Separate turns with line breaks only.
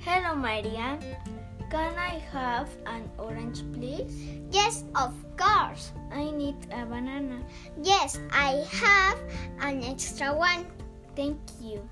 Hello, Marian. Can I have an orange, please?
Yes, of course.
I need a banana.
Yes, I have an extra one.
Thank you.